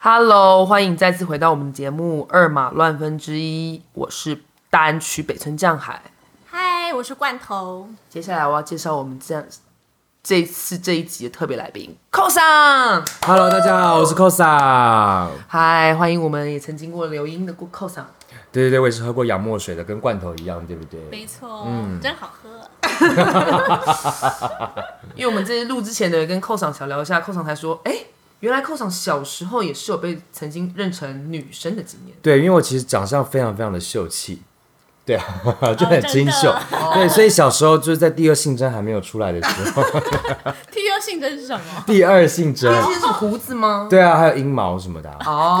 Hello，欢迎再次回到我们的节目《二马乱分之一》，我是大安区北村降海。嗨，我是罐头。接下来我要介绍我们这样这一次这一集的特别来宾扣上。 Hello，大家好，我是 Cosa。嗨，欢迎我们也曾经过留音的扣上。对对对，我也是喝过洋墨水的，跟罐头一样，对不对？没错，嗯真好喝。因为我们这录之前的跟寇赏小聊一下，寇赏才说，哎、原来寇赏小时候也是有被曾经认成女生的经验。对，因为我其实长相非常非常的秀气，对 啊，就很真的清秀。对，所以小时候就是在第二性征还没有出来的时候， T O 性征是什么？第二性征，那是胡子吗？啊对啊，还有阴毛什么的啊、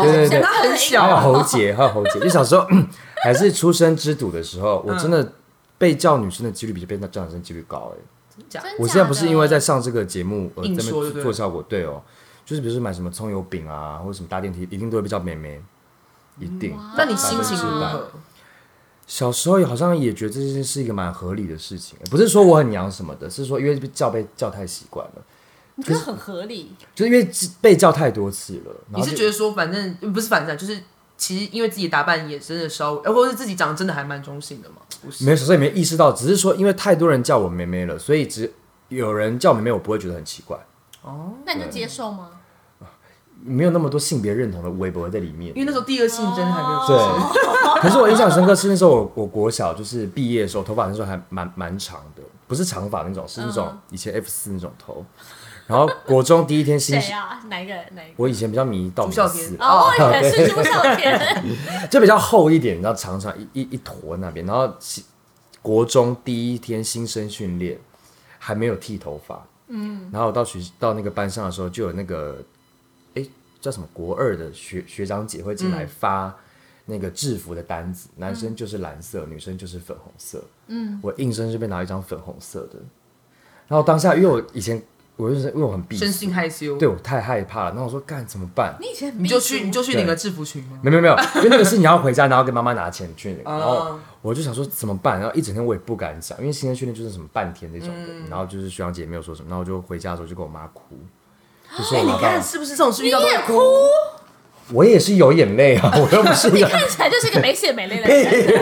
哦，对对对那很还有小。喉结，还有喉结。就小时候嗯还是出生之犊的时候，我真的被叫女生的几率比被叫男生几率高哎、假的我现在不是因为在上这个节目，呃，硬在那说就边对了做做效果，对哦，就是比如说买什么葱油饼啊，或者什么搭电梯，一定都会被叫妹妹，一定。那你心情如百分之何？小时候好像也觉得这件事是一个蛮合理的事情，不是说我很娘什么的，是说因为被叫被叫太习惯了，你觉得很合理？就是因为被叫太多次了。你然后是就觉得说，反正呃不是反正，就是其实因为自己打扮也真的稍微，呃或者是自己长得真的还蛮中性的嘛？不是，没有，小时候也没意识到，只是说因为太多人叫我妹妹了，所以只有人叫妹妹，我不会觉得很奇怪，那你就接受吗？没有那么多性别认同的微博在里面因。为那时候第二性征还哦没有出对现。，可是我印象深刻是那时候我我国小就是毕业的时候，头发那时候还蛮蛮长的，不是长发那种，是那种嗯以前 F 四那种头。然后国中第一天新，谁啊？哪一个？哪一个？我以前比较迷道朱明孝寺天，哦，我以为是朱孝 天。就比较厚一点，你知道长长一一一坨那边。然后新国中第一天新生训练还没有剃头发，嗯，然后我到学到那个班上的时候，就有那个哎叫什么国二的学学长姐会进来发那个制服的单子，男生就是蓝色，女生就是粉红色，嗯，我应声就被拿一张粉红色的，然后当下因为我以前我就是因为我很避生暑，性害羞，对我太害怕了，然后我说干怎么办？你以前很你就去你就去对领个制服裙吗？没有没 有没有，因为那个是你要回家，然后跟妈妈拿钱去领，啊然后我就想说怎么办，然后一整天我也不敢讲，因为新生训练就是什么半天这种嗯的，然后就是学长姐也没有说什么，然后我就回家的时候就跟我妈哭，就说我哎你妈看哦爸，是不是这种事遇到都会哭？啊我也是有眼泪啊，我又 不是一个，看起来就是个没血没泪 的人。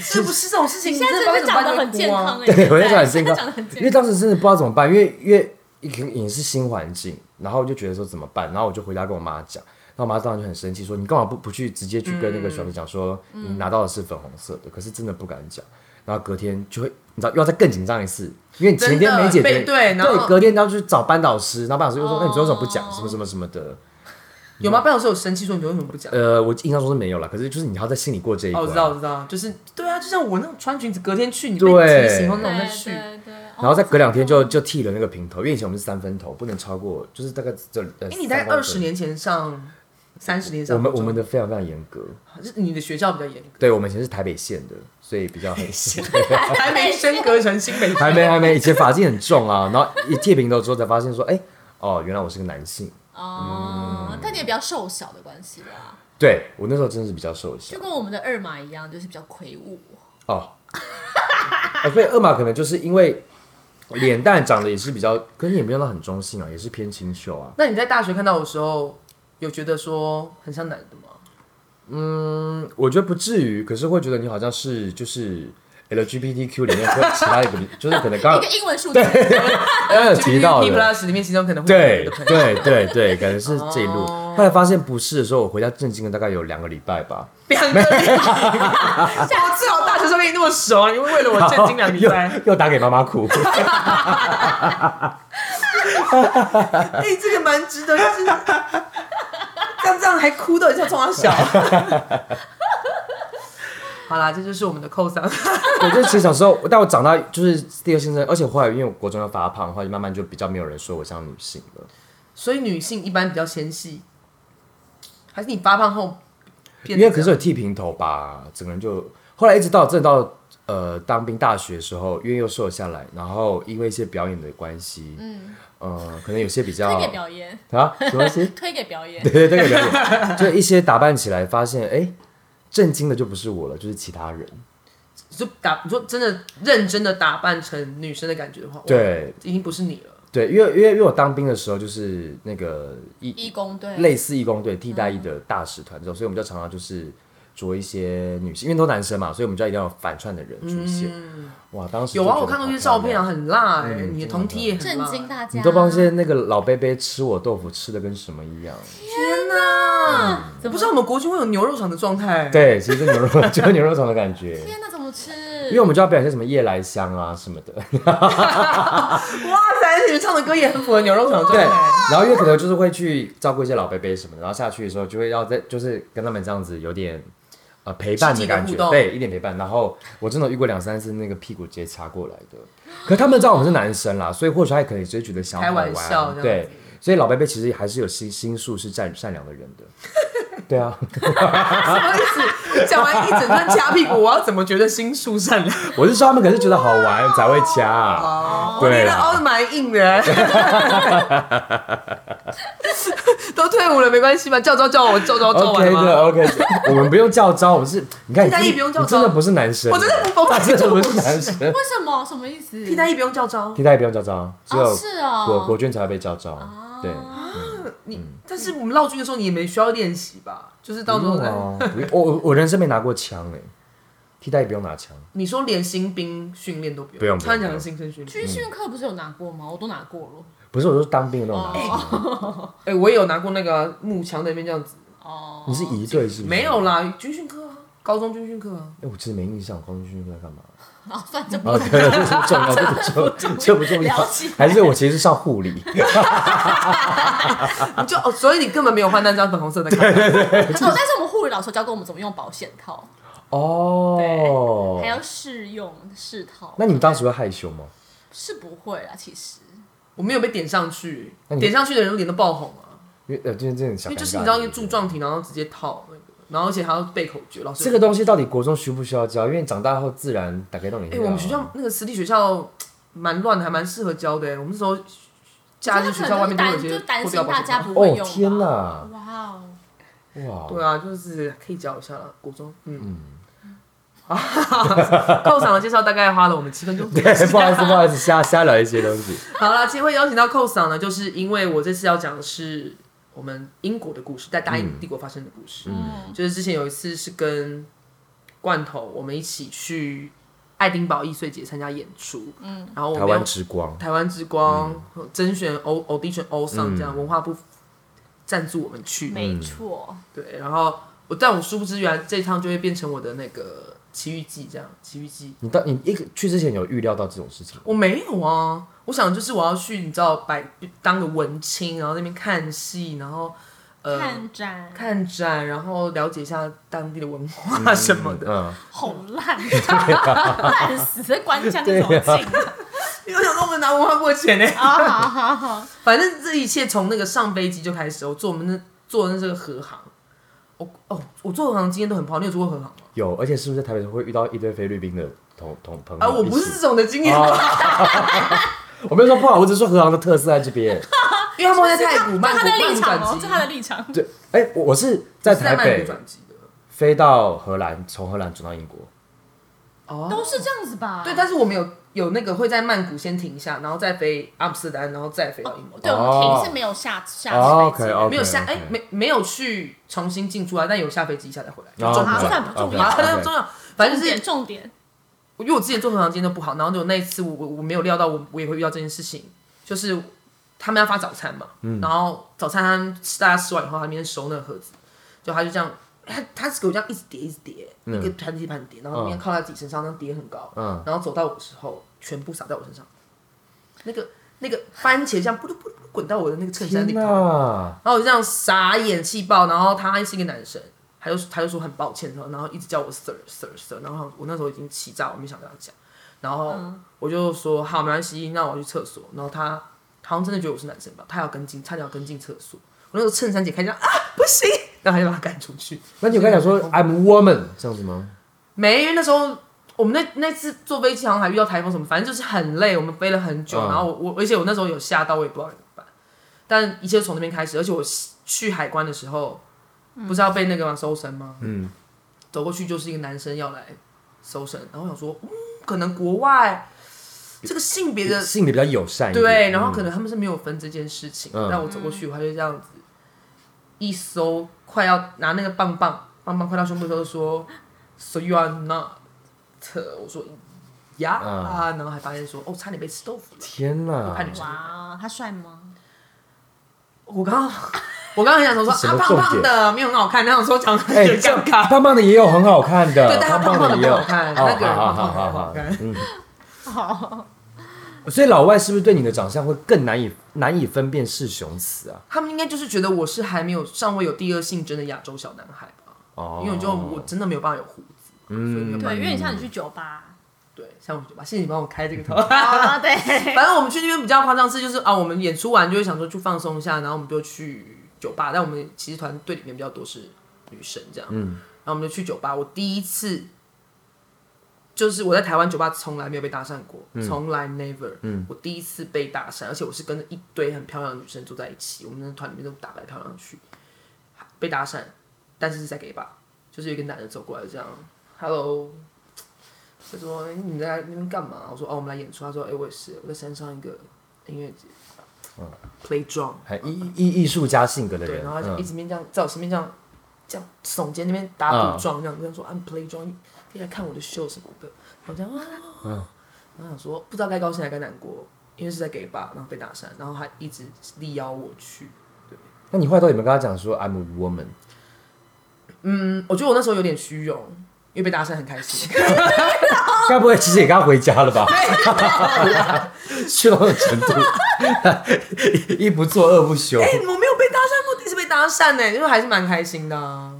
是不是这种事情？你现在真的长得很健啊康哎， 对，我在想现在健康长得很，健因为康。当时真的不知道怎么办，因为因为也是新环境，然后我就觉得说怎么办，然后我就回家跟我妈讲。然后我妈当然就很生气，说你干嘛不不去直接去跟那个学长姐讲说你嗯拿到的是粉红色的，可是真的不敢讲。然后隔天就会，你知道又要再更紧张一次，因为你前天没解真的被决，对然后对，隔天要去找班导师，然后班导师就说，那哎你昨天为什么不讲什么什么什么嗯的？有吗？班老师有生气说你为什么不讲？呃，我印象中是没有了，可是就是你要在心里过这一哦，关。我知道，我知道，就是对啊，就像我那种穿裙子，隔天去你被对提醒或那种再对去，对对。然然后再隔两天就就剃了那个平头，因为以前我们是三分头，不能超过，就是大概这呃。哎，你在三公分二十年前上，三十年上我们高我中们的非常非常严格，是你的学校比较 严格，对我们以前是台北县的，所以比较很 县，还没升格成新北。还没还没，以前发际很重啊，然后一剃平头之后才发现说，哎、哦，原来我是个男性，嗯哦，但你也比较瘦小的关系啦，对我那时候真的是比较瘦小就跟我们的二马一样，就是比较魁梧。哦， 哦所以二马可能就是因为脸蛋长得也是比较，可是也没有到很中性啊，也是偏清秀啊，那你在大学看到我的时候，有觉得说很像男的吗？嗯，我觉得不至于，可是会觉得你好像是就是。LGBTQ 里面会其他一个， 就是可能刚一个英文数字，刚刚有呃提到 P 的， plus 里面其中可能会有别对的朋友。对对对，感觉是这一路。哦后来发现不是的时候，我回家震惊了大概有两个礼拜吧。两个 礼拜，我最好大学生跟你那么熟啊，你会为了我震惊两个礼又拜。 又打给妈妈哭。 哎、这个蛮值得，就是这样这样还哭的，像从小。 好啦，这就是我们的扣三。 对，就是其实小时候，但我长大就是第二性征，而且后来因为我国中要发胖，后来就慢慢就比较没有人说我像女性了。所以女性一般比较纤细，还是你发胖后变得因这样？为可是有剃平头吧，整个人就后来一直到真的到呃当兵大学的时候，因为又瘦下来，然后因为一些表演的关系，嗯呃，可能有些比较推给表演，啊什么东西。推给表演。对对，那个表演，就一些打扮起来发现，哎、震惊的就不是我了，就是其他人。就打，你说真的认真的打扮成女生的感觉的话，哇，对已经不是你了。对，因为因为因为我当兵的时候就是那个义义工队，类似义工队替代役的大使团之后，所以我们就常常就是着一些女性，因为都男生嘛，所以我们就要一定要有反串的人出现。哇，当时有啊，就觉得我看过好一些照漂片亮啊，，很辣哎、嗯你的同梯也很震辣。惊大家。你都不知道那些那个老贝贝吃我豆腐吃的跟什么一样。天哪！啊怎不嗯么知道我们国军会有牛肉肠的状态。，对，其实就牛肉就是牛肉肠的感觉，天哪，怎么吃？因为我们就要表演些什么夜来香啊什么的。哇塞，你们唱的歌也很符合牛肉肠的状对态。，然后因为可能就是会去照顾一些老伯伯什么的，然后下去的时候就会要在就是跟他们这样子有点呃陪伴的感实际的互觉动，对，一点陪伴。然后我真的有遇过两三次那个屁股直接插过来的，可他们知道我们是男生啦，所以或许他也可能只是觉得想开好玩玩，笑这样对。所以老伯伯其实还是有心心术是善善良的人的，对啊，什么意思？讲完一整段掐屁股，我要怎么觉得心术善良？我是说他们可能是觉得好玩才会掐、哦，对啊你的凹的蛮硬 的。都退伍了没关系吧？叫招叫我，叫招叫 OK 哦完了的吗？ ，OK，的我们不用叫招，我们是，你看，替代役你不用叫招你真的不是男生，我真的 不我真的不是男生，为什么？什么意思？替代役不用叫招，替代役不用叫招，只有哦，是哦，国国军才会被叫招，对，嗯你但是我们绕军的时候，你也没需要练习吧？就是到时候不用再啊，不用我我我人生没拿过枪哎，替代役不用拿枪，你说连新兵训练都不用，不用突然不讲用的新生训练。军训课不是有拿过吗？我都拿过了。不是我说当兵的那种拿哦枪，哎、我也有拿过那个啊木枪在那边这样子， 哦，你是一队是不是？没有啦，军训课啊，高中军训课啊。哎，我其实没印象，空军在干嘛？哦，算这不啊，对，这不重要，这不重要，这不重要了解，还是我其实是上护 理，啊你就哦，所以你根本没有换那张粉红色的卡。哎哦，但是我们护理老师有教给我们怎么用保险套，哦还，要试用试套。那你们当时会害羞吗？是不会啦，其实我没有被点上去，那你点上去的人脸都爆红啊，因为呃，就是这种小因尴为就尬是你知道一对个不对柱状体，然后直接套那个，然后而且还要背口诀，老师这个。东西到底国中需不需要教？因为你长大后自然打开到你。啊哎、我们学校那个私立学校蛮乱的，还蛮适合教的欸。我们那时候假日学校外面都有一就些是担脱心掉啊保大险家套。不会哦用吧。天哪，哇哦，哇，对啊，就是可以教一下了，国中， 嗯。哈，寇赏的介绍大概花了我们七分钟左右。对， 不好意思，不好意思，瞎瞎聊一些东西。好了，今天会邀请到寇桑呢，就是因为我这次要讲的是我们英国的故事，在大英帝国发生的故事。嗯就是之前有一次是跟罐头我们一起去爱丁堡易碎节参加演出，嗯，然后我台们有湾之嗯光，台湾之光、甄选 O audition O 嗯 song 这样，文化部赞助我们去，没错，对，然后我但我殊不知，原来这一趟就会变成我的那个奇遇记，这样奇遇记。你到你一个去之前有预料到这种事情吗？我没有啊，我想就是我要去，你知道，摆当个文青，然后在那边看戏，然后呃看展看展，然后了解一下当地的文化 什么的。嗯，好 烂，啊 烂死，在关腔这种劲因为我想说我们拿文化部的钱呢， 啊！好好好，反正这一切从那个上飞机就开始。我坐我们那坐的那是个和航，我哦，我坐和航经验都很不好。你有坐过和航吗？有，而且是不是在台北会遇到一堆菲律宾的同同朋友？啊，我不是一这起，种的经哦验，啊我没有说不好，我只是说荷兰的特色在这边。因为他们会在太古曼这谷是他的曼立谷场哦哦转，机这，是他的立场。对，哎、我我是在是台曼谷北转机的。飞到荷兰，从荷兰转到英国。哦，都是这样子吧？对，但是我们有有那个会在曼谷先停下，然后再飞阿姆斯特丹，然后再飞到英国。对，我们停是没有下下哦飞机的， OK，OK 没有下，哎、 OK 没没有去重新进出来，啊但有下飞机一下再回来，哦重好要。算不重要好，那 OK，OK 不重要，反正重就是点重点，因为我之前做合行间都不好，然后有那一次我我我没有料到我我也会遇到这件事情，就是他们要发早餐嘛，然后早餐他们大家吃完以后，他们先收那个盒子，就他就这样，他他是给我这样一直叠一直叠，一个盘子一盘叠，然后一边靠在自己身上，那样叠很高，嗯然后走到我的时候，全部洒在我身上，那个那个番茄这样噗噜噗噜滚到我的那个衬衫里天头，哪！然后我就这样傻眼气爆，然后他是一个男生，他就他就说很抱歉，然后一直叫我 sir sir sir，然后我那时候已经气炸，我没想跟他讲，然后我就说好没关系，那我要去厕所，然后他好像真的觉得我是男生吧，他要跟进，差点要跟进厕所，我那时候衬衫解开这样啊不行，然后他就把他赶出去，那你有跟他讲说 I'm woman 这样子吗？没，因为那时候。我们那那次坐飞机好像还遇到台风什么，反正就是很累，我们飞了很久。嗯然后我我，而且我那时候有吓到，我也不知道怎么办。但一切都从那边开始，而且我去海关的时候，不是要被那个嘛搜身吗？嗯，走过去就是一个男生要来搜身，然后我想说，嗯，可能国外这个性别的性别比较友善一点。对，然后嗯可能他们是没有分这件事情。嗯但我走过去，我还就这样子一搜，快要拿那个棒棒棒棒快到胸部的时候说，So you are not，我呃说呀、嗯啊，然后还发现说，哦，差点被吃豆腐了。天我怕你哪，哇，他帅吗？我刚 刚我刚刚很想说说什啊么胖重点胖的没有很好看，那样说讲的 哎，有点这尴尬。棒棒的也有很好看的，对但他棒胖的胖的也有不好看哦那个人好好胖胖的不好好好，看嗯。好， 所以老外是不是对你的长相会更难以难以分辨是雄雌啊？他们应该就是觉得我是还没有尚未有第二性征的亚洲小男孩吧，哦，因为我就我真的没有办法有胡子，所以没有办对，法。因为你像你去酒吧，嗯对，像我吧，谢谢你帮我开这 个头。啊，对，反正我们去那边比较夸张是，就是啊，我们演出完就会想说去放松一下，然后我们就去酒吧。但我们其实团队里面比较多是女生这样，然后我们就去酒吧。我第一次就是我在台湾酒吧从来没有被搭讪过，从、来 never，、我第一次被搭讪，而且我是跟着一堆很漂亮的女生坐在一起，我们的团里面都打扮漂亮去被搭讪，但是是在 gay 吧，就是有一个男的走过来这样，hello。他说：“哎你在那边干嘛？”我说：“哦，我们来演出。”他说：“哎、我也是，我在山上一个音乐节、p l a y drum。还哎艺艺艺术家性格的”对，人，然后他就嗯一直面这样在我身边这样这样耸肩那边打鼓状这样，这样说：“I'm play drum，可以来看我的秀什么的。”我这样啊，然后想说不知道该高兴还该难过，因为是在给吧，然后被打讪，然后他一直力邀我去。那你后来到底有没有跟他讲说 I'm a woman？嗯，我觉得我那时候有点虚荣，因为被搭讪很开心。该不会其实也跟他回家 了吧？ 去到那种程度， 一不做二不休。哎、我没有被搭讪过，第一次被搭讪呢、因为还是蛮开心的啊、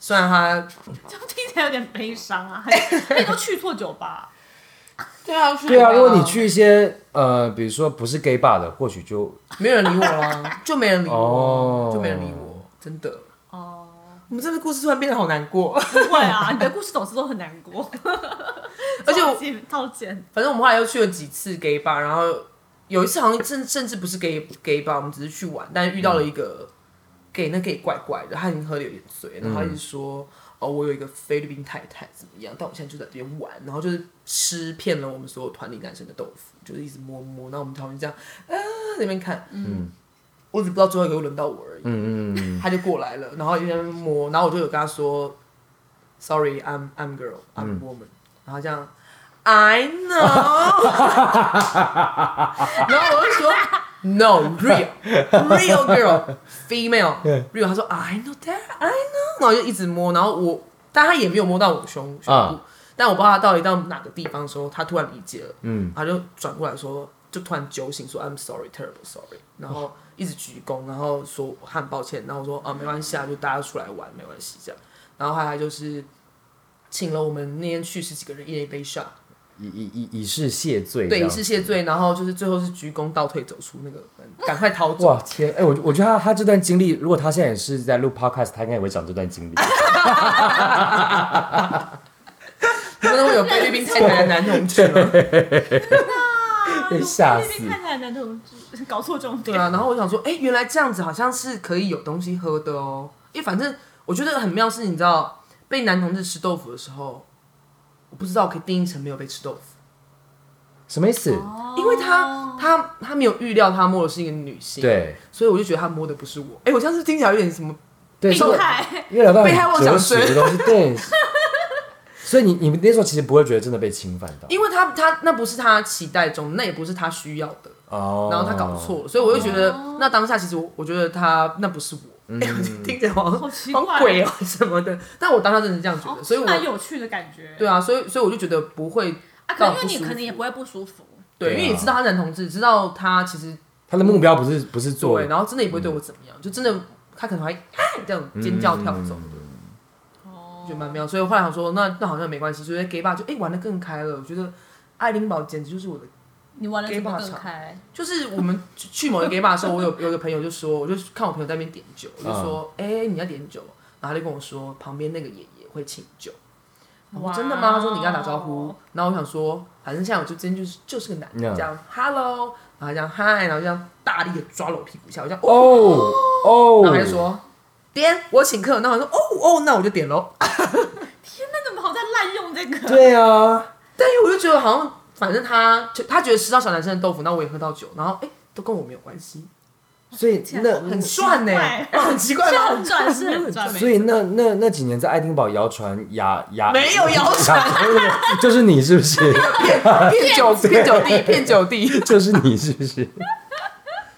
虽然他这样听起来有点悲伤啊， 那你都去错酒吧，对啊，去对啊，吧如果 你去一些呃，比如说不是 gay bar 的，或许就没有人理我啊啦， 就没人理我，哦就没人理我，真的。哦，我们这个故事突然变得好难过， 不会啊， 你的故事总是都很难过，而且我超级套件，反正我们后来又去了几次 gay bar，然后有一次好像甚甚至不是 gay gay bar，我们只是去玩，但是遇到了一个 gay，那 gay 怪怪的，他已经喝的有点嗯醉，然后他一直说。哦，我有一个菲律宾太太怎么样？但我现在就在这边玩，然后就是吃遍了我们所有团里男生的豆腐，就是一直摸摸，然后我们讨论这样，啊，在那边看，嗯，我只不知道最后一个会轮到我而已，嗯嗯嗯他就过来了，然后就在那边摸，然后我就有跟他说，Sorry, I'm I'm girl, I'm woman，、然后这样，I know，然后我就说，No, real, real girl, female, real，他说 I know that, I know，然后我就一直摸，然后我，但他也没有摸到我胸胸部啊，但我不知道他到底到哪个地方的时候，他突然理解了，嗯，他就转过来说，就突然酒醒说 I'm sorry, terrible sorry，然后一直鞠躬，然后说我很抱歉，然后我说啊没关系啊，就大家出来玩没关系这样，然后后来就是请了我们那天去十几个人一人一杯 shot，以以以以示谢罪。对，这以样示谢罪，然后就是最后是鞠躬倒退走出那个门，赶快逃走。哇天，哎、我我觉得他他这段经历，如果他现在也是在录 podcast，他应该也会讲这段经历。真的会有菲律宾太太的男同志吗？被吓啊死那边看起来男同志搞错重对点，啊，然后我想说，哎、原来这样子好像是可以有东西喝的哦。因为反正我觉得很妙是，你知道被男同志吃豆腐的时候，我不知道我可以定义成没有被吃豆腐，什么意思？哦因为他他他没有预料他摸的是一个女性，，对所以我就觉得他摸的不是我。哎、我像是听起来有点什么，对，病这个态，因为聊到被害很妄哲想学的东西，对。所以你你们那时候其实不会觉得真的被侵犯到因为他他那不是他期待中，那也不是他需要的，哦，然后他搞错了，所以我就觉得、那当下其实我我觉得他那不是我。嗯哎、我就 听起来好像好奇好怪鬼哦、什么的，但我当下真的是这样觉得，哦所以我蛮有趣的感觉，对啊，所以所以我就觉得不会，啊，可能到因为不你舒服可能也不会不舒服，对，对啊因为也知道他男同志，知道他其实他的目标不是不是做对，然后真的也不会嗯对我怎么样，就真的他可能还 啊这样尖叫跳走的，哦就蛮妙。所以我后来想说，那那好像没关系，所以在 gay bar 就哎、玩的更开了。我觉得爱丁堡简直就是我的，你玩的怎 gay 么 bar 更场开？就是我们去去某个 gay bar 的时候，我有有一 个朋友就说，我就看我朋友在那边点酒，我就说哎、你要点酒，然后他就跟我说旁边那个爷爷会请酒。我说真的吗？他说你跟他打招呼哇，然后我想说，反正现在我就真就是就是个男的， Yeah 这样 hello，然后这样 hi，然后这样大力的抓了我屁股一下，我这样哦，哦哦，然后他就说点我请客，那我说哦哦，那我就点喽。天哪，怎么好在滥用这个？对啊，但是我就觉得好像反正他就他觉得吃到小男生的豆腐，那我也喝到酒，然后哎、都跟我没有关系，所以那很赚呢、怪哇很奇 怪是吗？很赚，是很赚，所以那那那几年在爱丁堡谣传雅雅没有谣传，就是你是不是？ 骗酒骗酒地骗酒地， 就是你是不是？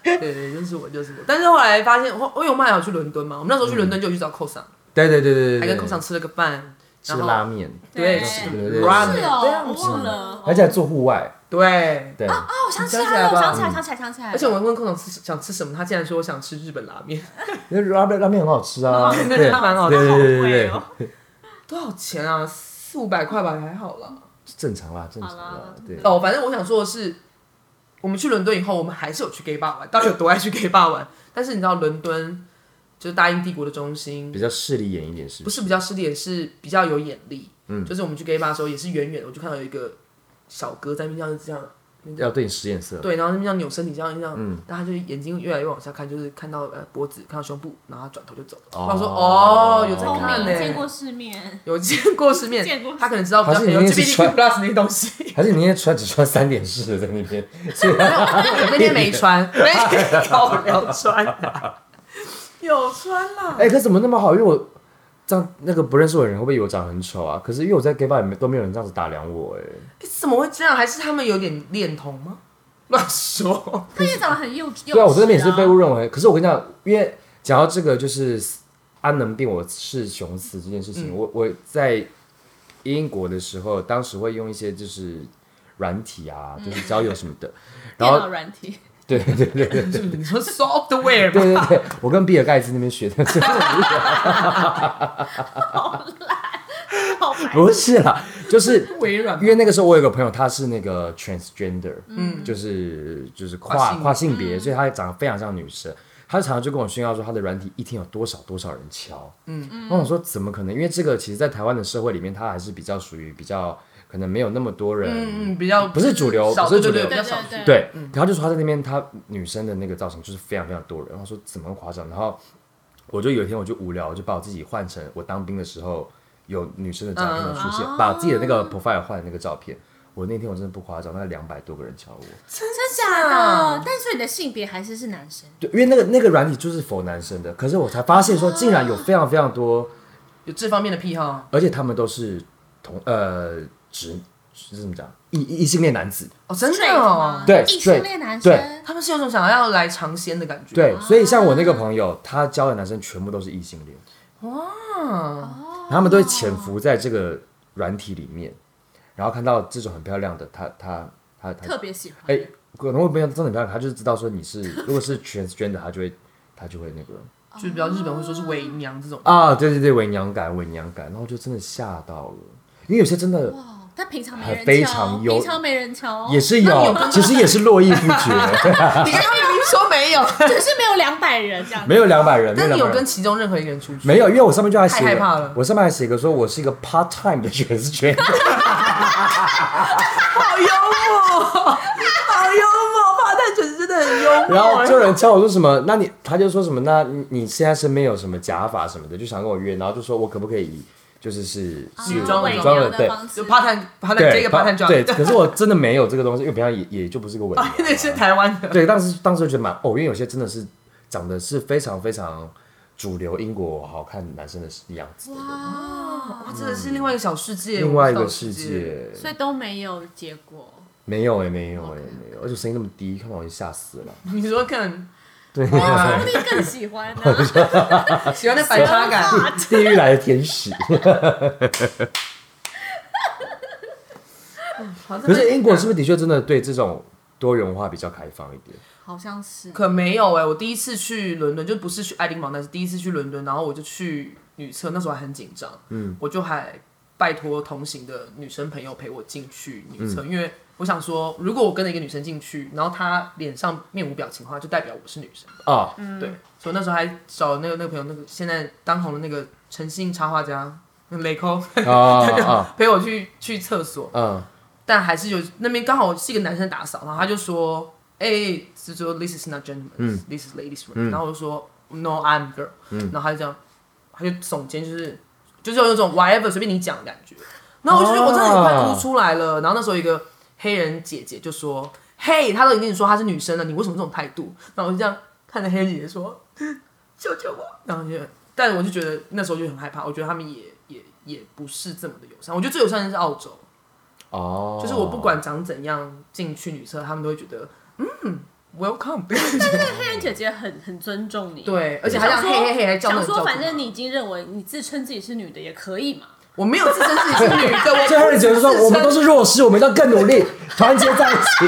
对对对，就是我就是我。但是后来发现，我我有还有去伦敦嘛，我们那时候去伦敦就有去找寇尚， 对对对对对，还跟寇嗯对尚吃了个饭，吃然后拉面，对对吃对对对是 ramen，哦，我忘了。而且还做户外，对。对，啊，我想起你想起来来了，我吧想起来，想起来，想起来了。而且我们问寇尚吃想吃什么，他竟然说我想吃日本拉面，那拉面拉面很好吃啊，哦对对对蛮好吃对对对对好贵哦对，多少钱啊？四五百块吧，还好啦。正常啦，正常好啦啦，对。哦，反正我想说的是，我们去伦敦以后，我们还是有去 gay bar 玩，到底有多爱去 gay bar 玩？但是你知道，伦敦就是大英帝国的中心比，较势利眼一点是不不是？是比较失礼，也是比较有眼力。嗯，就是我们去 gay bar 的时候，也是远远的我就看到有一个小哥在那边这样这样，要对你使眼色，对，然后那边这样扭身体这样这样，嗯大家就眼睛越来越往下看，就是看到呃脖子，看到胸部，然后他转头就走了。哦我想说哦，有在聪看明，呢、见过世面，有 见过世面，见过他可能知道比较还是你有那天 G B 是 T 穿 Q plus 那些东西。 还是你那天穿只穿三点式的在那边？所以那天 没穿，那天有有穿啦，有穿啦。哎，可怎么那么好？因为我这样那个不认识我的人会不会以为我长得很丑啊？可是因为我在 gay bar 里面都没有人这样子打量我，哎，哎怎么会这样？还是他们有点恋童吗？ 乱说。他也长得很幼稚。对啊，我在那边也是被误误。认为。可是我跟你讲，因为讲到这个就是安能病我是雄雌这件事情，嗯我我在英国的时候，当时会用一些就是软体啊，就是交友什么的。 然电后脑软体，对对 对对对你说 software 吗？对对，我跟比尔盖茨那边学的，真的很无聊好白 不是啦，就是微软因为那个时候我有个朋友，他是那个 transgender，嗯嗯，就是就是跨跨性跨性别，嗯所以他长得非常像女生。他常常就跟我炫耀说，他的软体一天有多少多少人敲，嗯嗯，那我说怎么可能？因为这个其实，在台湾的社会里面，它还是比较属于比较可能没有那么多人，嗯嗯，嗯比较不是主流少不是对主对流对比较少对对数对对，然后就说他在那边，他女生的那个造型就是非常非常多人。然后说怎么夸张？然后我就有一天我就无聊，我就把我自己换成我当兵的时候有女生的照片的出现，嗯把自己的那个 profile 换成那个照片。我那天我真的不夸张，那两百多个人敲我，真假的？但是你的性别还是是男生，对，因为那个那个软体就是否男生的，可是我才发现说，竟然有非常非常多，有这方面的癖好。而且他们都是同呃直是怎么讲异异性恋男子，哦，真的 Straight 哦吗，对异性恋男对生，他们是有种想要来尝鲜的感觉。对，所以像我那个朋友，他交的男生全部都是异性恋。嗯，他们都会潜伏在这个软体里面，然后看到这种很漂亮的，他他他他，特别喜欢。哎、可能会没有真的很漂亮，他就是知道说你是如果是 transgender，他就会他就会那个就是比较日本会说是伪娘这种。啊，对对对，伪娘感伪娘感，然后就真的吓到了，因为有些真的哇，但平常没人非敲，常优平常没人敲，也是有，其实也是络绎不绝， 你刚刚明明说没有，只是没有两百人这样。没有两百人，没但你有有两百跟人。其中任何一个人出去？没有，因为我上面就还写太害一怕了个，我上面还写一个说我是一个 part time 的 transgender，好幽默，好幽默，发蛋卷真的很幽默。然后就有人叫我说什么，那你他就说什么，那你你现在身边有什么假发什么的，就想跟我约，然后就说我可不可以以就是是是女哦装伪伪娘装娘对的方式，就 part time part time 对这个 part time job， 对，可是我真的没有这个东西，因为平常也也就不是个伪娘啊，那是台湾的，对，当时当时就觉得蛮哦，因为有些真的是长得是非常非常主流英国好看男生的样子的人，哦哇，哦哇，真的是另外一个小世界，另外一我个不知道世界所以都没有结果。没有哎、没有哎、没有，而且声音那么低，看到我就吓死了。世界。 你说看对，说不定更喜欢呢、啊。 喜欢那反差感，地狱来的天使。 好像 可是英国是不是的确真的对这种多元文化比较开放一点？好像是，可没有哎、我第一次去伦敦就不是去爱丁堡，但是第一次去伦敦，然后我就去女厕，那时候还很紧张，嗯，我就还拜托同行的女生朋友陪我进去女厕，因为我想说，如果我跟着一个女生进去，然后她脸上面无表情的话，就代表我是女生。啊、对，所以那时候还找那个那个朋友，那个现在当红的那个诚信插画家那个雷抠， 啊啊陪我去去厕所，嗯，但还是有那边刚好是一个男生打扫，然后他就说，哎、就说 this is not gentlemen，、this is ladies room，、然后我就说 no I'm girl，、然后他就这样，他就耸肩，就是就是有一种 whatever 随便你讲的感觉，然后我就觉得我真的很快哭出来了，然后那时候有一个黑人姐姐就说：“嘿，她都已经跟你说她是女生了，你为什么这种态度？”然后我就这样看着黑人姐姐说：“救救我！”然后就，但我就觉得那时候就很害怕，我觉得他们也也也不是这么的友善。我觉得最友善的是澳洲，哦，就是我不管长怎样进去女厕，他们都会觉得嗯，welcome。黑人姐姐很很尊重你，， 对，而且还让想嘿说嘿嘿还叫那想种说照顾反正你已经认为你自称自己是女的也可以嘛，我没有自称自己是女的，我这二姐就说自称我们都是弱势，我们要更努 力，团结在一起，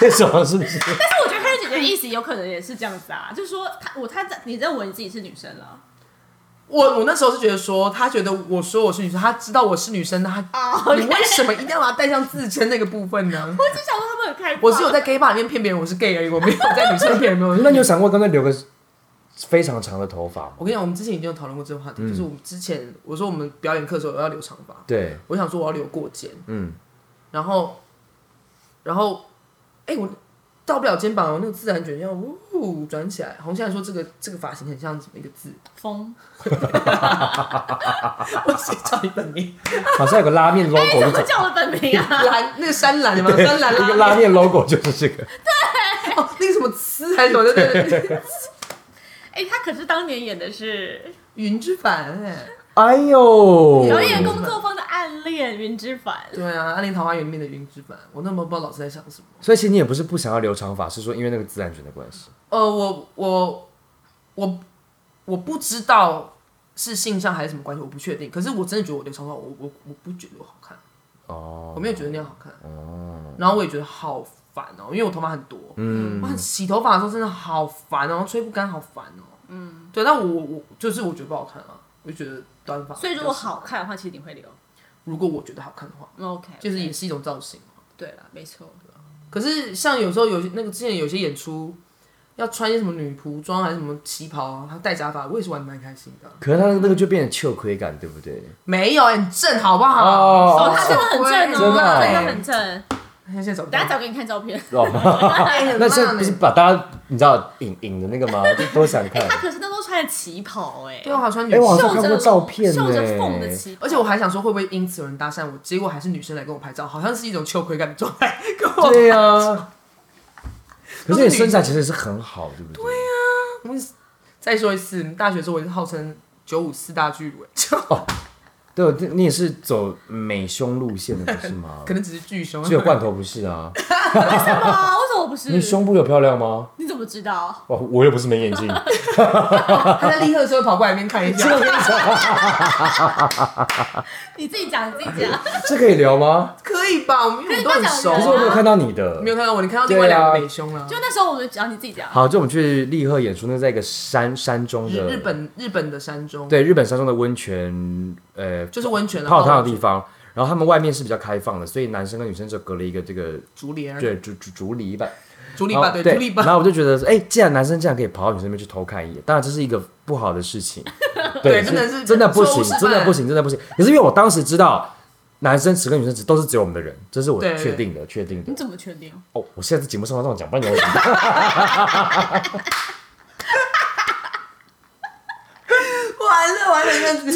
这种是不 是？但我觉得黑人姐姐的意思有可能也是这样子啊，就是说她我她你认为你自己是女生了，我我那时候是觉得说，他觉得我说我是女生，他知道我是女生，那他、哦你为什么一定要把他带上自称那个部分呢？我只想说他们很开放，我是有在 gay bar 里面骗别人我是 gay 而已，我没有在女生骗人没有。那你有想过刚才留个非常长的头发吗？我跟你讲，我们之前已经有讨论过这个话题，就是我们之前我说我们表演课的时候我要留长发，对，我想说我要留过肩，嗯，然后然后哎、我到不了肩膀，我那个自然卷要呜转起来。红线还说这个这个发型很像什么一个字， 风，我谁叫你本名？好像有个拉面 logo 怎就么是叫我本名啊？ 蓝那个山蓝的吗？山蓝拉这个面拉面 logo 就是这 个，哦，那个什么词还是什么的，对对对，哎，她可是当年演的是云之凡哎，哎呦，表演工作坊的暗恋云之凡，对啊，《暗恋桃花源》里面的云之凡，我那么不知道老师在想什么。所以其实你也不是不想要留长发，是说因为那个自然卷的关系。呃，我我我我不知道是性向还是什么关系，我不确定。可是我真的觉得我留长发，我我我不觉得我好看，哦我没有觉得那样好看。然后我也觉得好烦哦，因为我头发很多，嗯，我洗头发的时候真的好烦哦，吹不干好烦哦，嗯，对。但我我我就是我觉得不好看啊，我就觉得短发。所以如果，好看的话，其实你会留如果我觉得好看的话， ，OK，就是也是一种造型。啊对了，没错，可是像有时候有些那个之前有些演出要穿一些什么女仆装还是什么旗袍啊，他戴假发，我也是玩的蛮开心的。啊可是他那个就变成秋亏感，对不对？没有，很正，好不好？哦哦，她真的很正哦，真的啊哦真的很正，现在找不等下到，找给你看照 片。 哎那很现在棒不是哎把大家你知道引引的那个吗？ 就都想看。她可是那时候穿着旗袍哎、对啊我好穿女哎，我好生，像看过照片欸绣着呢凤的旗袍，哎而且我还想说会不会因此有人搭讪我，结果还是女生来跟我拍照，好像是一种羞愧感的状态。 跟我，对呀。可是你身材其实是很好，对不对？再说一次，大学的时候我是号称九五四大巨乳，就对对，你也是走美胸路线的，不是吗 可？能只是巨胸。只有罐头不 是啊？什 么？啊为什么我不是？你胸部有漂亮吗？你怎么知道？哇，我又不是没眼 睛。他在立刻的时候跑过来那边看一下，你自己讲，你自己 讲。这可以聊 吗？ 可以吧？我们因为我们都很熟可啊可以是吧我讲没有看到你啊的没。有看到我，你看到另外两个美胸啊了。就那时候我们啊讲，你自己讲。好，就我们去立贺演出，那在一个山山中日的日本日本的山中，对日本山中的温泉，呃，就是温泉了泡汤的地方。然后他们外面是比较开放的，所以男生跟女生就隔了一个这个竹帘，对竹竹竹篱吧，竹篱然笆，后对，竹篱哦然笆。后我就觉得说，哎，既然男生这样可以跑到女生那边去偷看一眼，当然这是一个不好的 事情，对就真的是真的不错行误示，范真的不行，真的不行。可是因为我当时知道，男生只跟女生只都是只有我们的人，这是我对对确定的，确定的你。怎么确定？哦，我现在在节目上这样讲，不然你要 完了完了，这样子。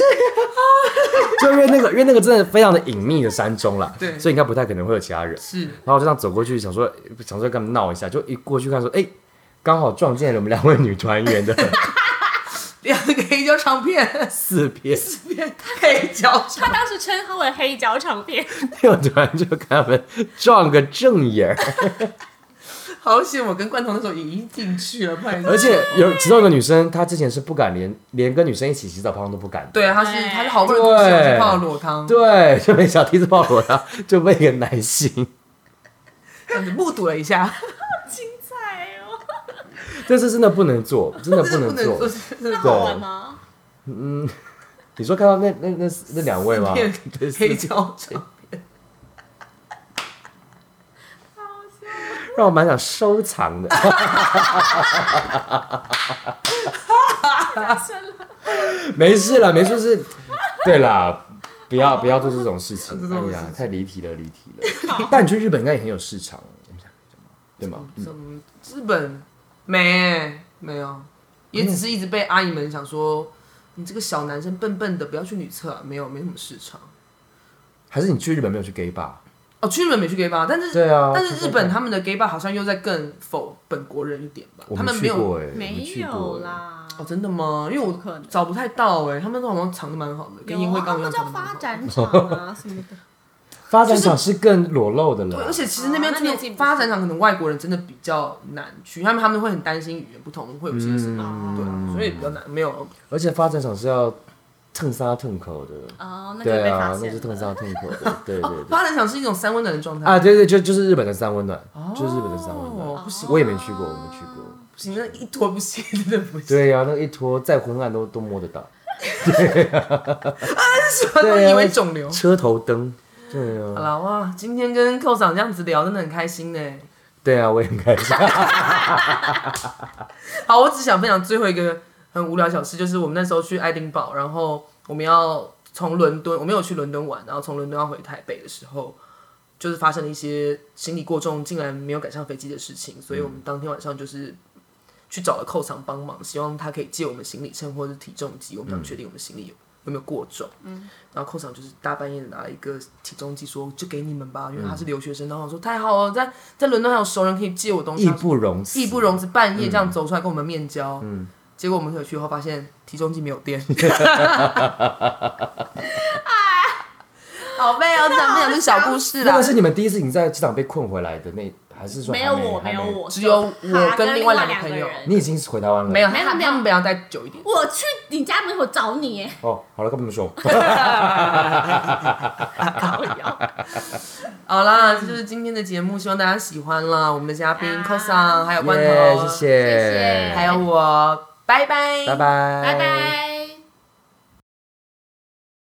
就因为那个，因为那个真的非常的隐秘的山中啦，对所以应该不太可能会有其他人。是然后我就这样走过去，想说哎想说跟他们闹一下，就一过去看说，哎、刚好撞见了我们两位女团员的两个黑胶唱片， 四 片，黑胶唱他当时称他为黑胶唱片，我突然就跟他们撞个正眼儿，好险！我跟罐头那时候也已经进去了，不然而且有其中一个女生，她之前是不敢连连跟女生一起洗澡泡汤都不敢的，对，啊他是对他是好不容易出现去泡裸汤，对，就被小梯子抱裸汤，就被一个男性，这样子目睹了一下，精彩哦！但是真的不能做，真的真的 不不能能做。，做真啊那的好玩吗？你说看到那那那那两 位吗？片对黑胶唱，让我蛮想收 藏的。没事啦，没事是，对啦，不要不要做这种事 情这种，哎呀事情，太离题了，离题 了。但你去日本应该也很有市场，我们想对吗？什么日本没没有，也只是一直被阿姨们想说你这个小男生笨笨的，不要去女厕啊，没有没什么市场。还是你去日本没有去 gay bar？哦，去日本没去 gay bar，但是对啊但是日本去他们的 gay bar 好像又在更否本国人一点吧，我他们们没去有过哎，我们没去有过哎，啦，哦，真的吗？因为怎么可我能找不太到哎、他们都好像藏的蛮好的，跟烟有灰啊，他缸一们叫样藏得蛮发好的。展场啊什么的，发展场是更裸露的了对，而。且其实啊那边哦那真你也的进不去发展场，可能外国人真的比较难去，他们他们会很担心语言不同，会有些什么，嗯对啊，所以比较难，没有而且发展场是要蹭沙蹭口的， 哦，那就对被发啊，那现是了。蹭沙蹭口 的，对对哦，对。发展场是一种三温暖的状态啊，对对，就就是日本的三温暖，就是日本的三温哦暖，，不行我也没去过，我没去过。不行，那一坨不 行， 真的不行，对呀、啊那个一拖再昏暗都都摸得到，他都以对为啊肿 瘤。车头灯，对好啊，了哇，今天跟寇长这样子聊，真的很开心呢。对啊，我也很 开心。好，我只想分享最后一个很无聊小事，就是我们那时候去爱丁堡，然后我们要从伦敦，我们有去伦敦玩，然后从伦敦要回台北的时候，就是发生了一些行李过重，竟然没有赶上飞机的事情，所以我们当天晚上就是去找了寇藏帮忙，希望他可以借我们行李秤或者是体重机，我们想确定我们行李有。有没有过重？嗯，然后寇长就是大半夜拿了一个体重机说，就给你们吧，因为他是留学生。然后我说太好了，在在伦敦还有熟人可以借我东西。义他说不容辞，义不容辞，半夜这嗯样走出来跟我们面交。结果我们回去以后发现体重机没有 电。 好累哦，讲讲这小故事那啦个。是你们第一次你在机场被困回来的那，还是说没还有我，没有，还我，只有我他跟跟另另外两个两个朋友人你已经是回台湾了？没有，没有他没有他们本来要待久一 点。 我去你家门口找你耶，哦，好了，跟你 们说，搞摇。好啦，这就是今天的节目，希望大家喜欢啦。我们的嘉宾啊 c o s a n 还有罐耶头，谢谢谢还有我，拜拜，拜拜，拜。拜。